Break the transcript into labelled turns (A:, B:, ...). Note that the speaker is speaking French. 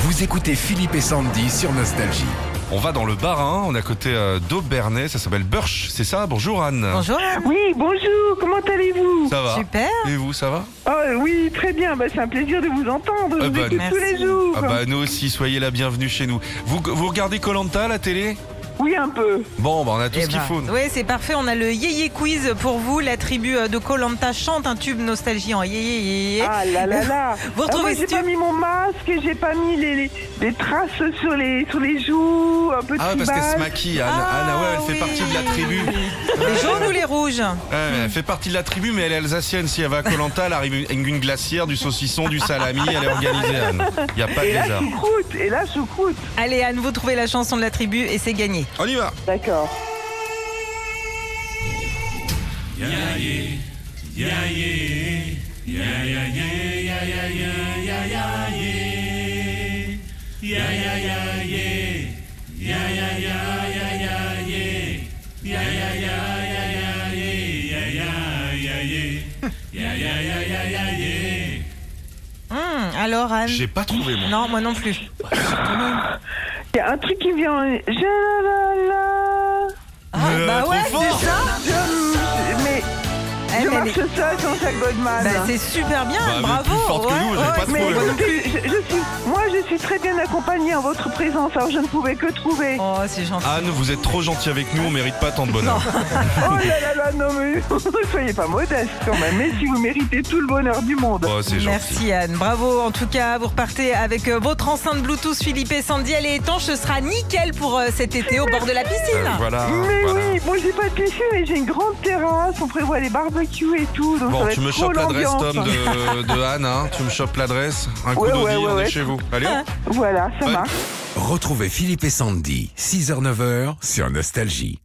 A: Vous écoutez Philippe et Sandy sur Nostalgie.
B: On va dans le Bas-Rhin, on est à côté euh, d'Aubernay, ça s'appelle Bursch, c'est ça Bonjour Anne.
C: Bonjour.
D: Oui, bonjour, comment allez-vous
B: Ça va
C: Super.
B: Et vous, ça va
D: Oh oui, très bien, bah, c'est un plaisir de vous entendre,
B: Ah
D: je vous
B: bah,
D: écoute tous
C: merci.
D: les jours.
B: Ah bah nous aussi, soyez la bienvenue chez nous. Vous, vous regardez Colanta à la télé
D: Oui, un peu.
B: Bon, bah on a tout
C: Eh
B: ce qu'il
C: ben,
B: faut. nous.
C: Ouais, c'est parfait. On a le yéyé quiz pour vous. La tribu euh, de Colanta chante un tube nostalgie en yéyé yéyé.
D: Ah là là là.
C: Vous
D: Ah, moi,
C: retrouvez ce
D: j'ai pas
C: tube
D: mis mon masque, et j'ai pas mis les, les- les traces sur les, sur les joues, un peu de
B: Ah ouais, parce qu'elle se
D: tribal.
B: maquille, Anne.
C: Ah,
B: Anne, ouais, elle
C: oui.
B: fait partie de la tribu.
C: Les jaunes ou les rouges
B: Ouais, mais elle fait partie de la tribu, mais elle est alsacienne. Si elle va à Colanta, elle arrive une, une glacière, du saucisson, du salami, elle est organisée, Anne. Il n'y a pas de
D: Et la
B: lézard.
D: choucroute, et la choucroute.
C: Allez, Anne, vous trouvez la chanson de la tribu et c'est gagné.
B: On y va
D: D'accord.
C: Hum, alors, Anne
B: J'ai pas trouvé, moi.
C: Non, moi non plus.
D: Il y a un truc qui vient. en- Je la la la.
C: Ah,
B: Mais, euh,
C: bah
B: trop
C: ouais,
B: fort.
C: c'est ça.
D: Je- mais
C: Eh,
D: je
C: mais
D: marche seul sans Jacques Goldman.
C: Bah, c'est super bien,
B: Bah, mais
C: bravo.
B: plus forte que
C: Ouais,
B: nous, j'ai
C: ouais,
B: pas
C: mais-
D: mais
B: trouvé.
D: moi non plus, je, je suis, moi je suis très bien accompagnée en votre présence, alors je ne pouvais que trouver. Oh
C: Oh, c'est gentil.
B: Anne, vous êtes trop gentil avec nous, on mérite pas tant de bonheur.
D: Oh là là là, non mais soyez pas modeste quand même, mais si vous méritez tout le bonheur du monde.
B: Oh, c'est gentil.
C: Merci Anne, bravo en tout cas, vous repartez avec euh, votre enceinte Bluetooth Philippe et Sandy, elle est étanche, ce sera nickel pour euh, cet été au bord de la piscine.
B: Euh, voilà.
D: Mais
B: voilà.
D: oui, bon j'ai pas de piscine mais j'ai une grande terrasse, on prévoit les barbecues et tout, donc ça
B: Bon,
D: va
B: tu me
D: être trop
B: chopes l'adresse,
D: l'ambiance.
B: Tom, de, de Anne. hein. Tu me chopes l'adresse. Un coup
D: Ouais,
B: d'audi,
D: ouais, ouais,
B: on est
D: ouais.
B: chez vous. Allez, hop.
D: Voilà, ça
B: Ouais.
D: marche.
A: Retrouvez Philippe et Sandy, 6h-9h sur Nostalgie.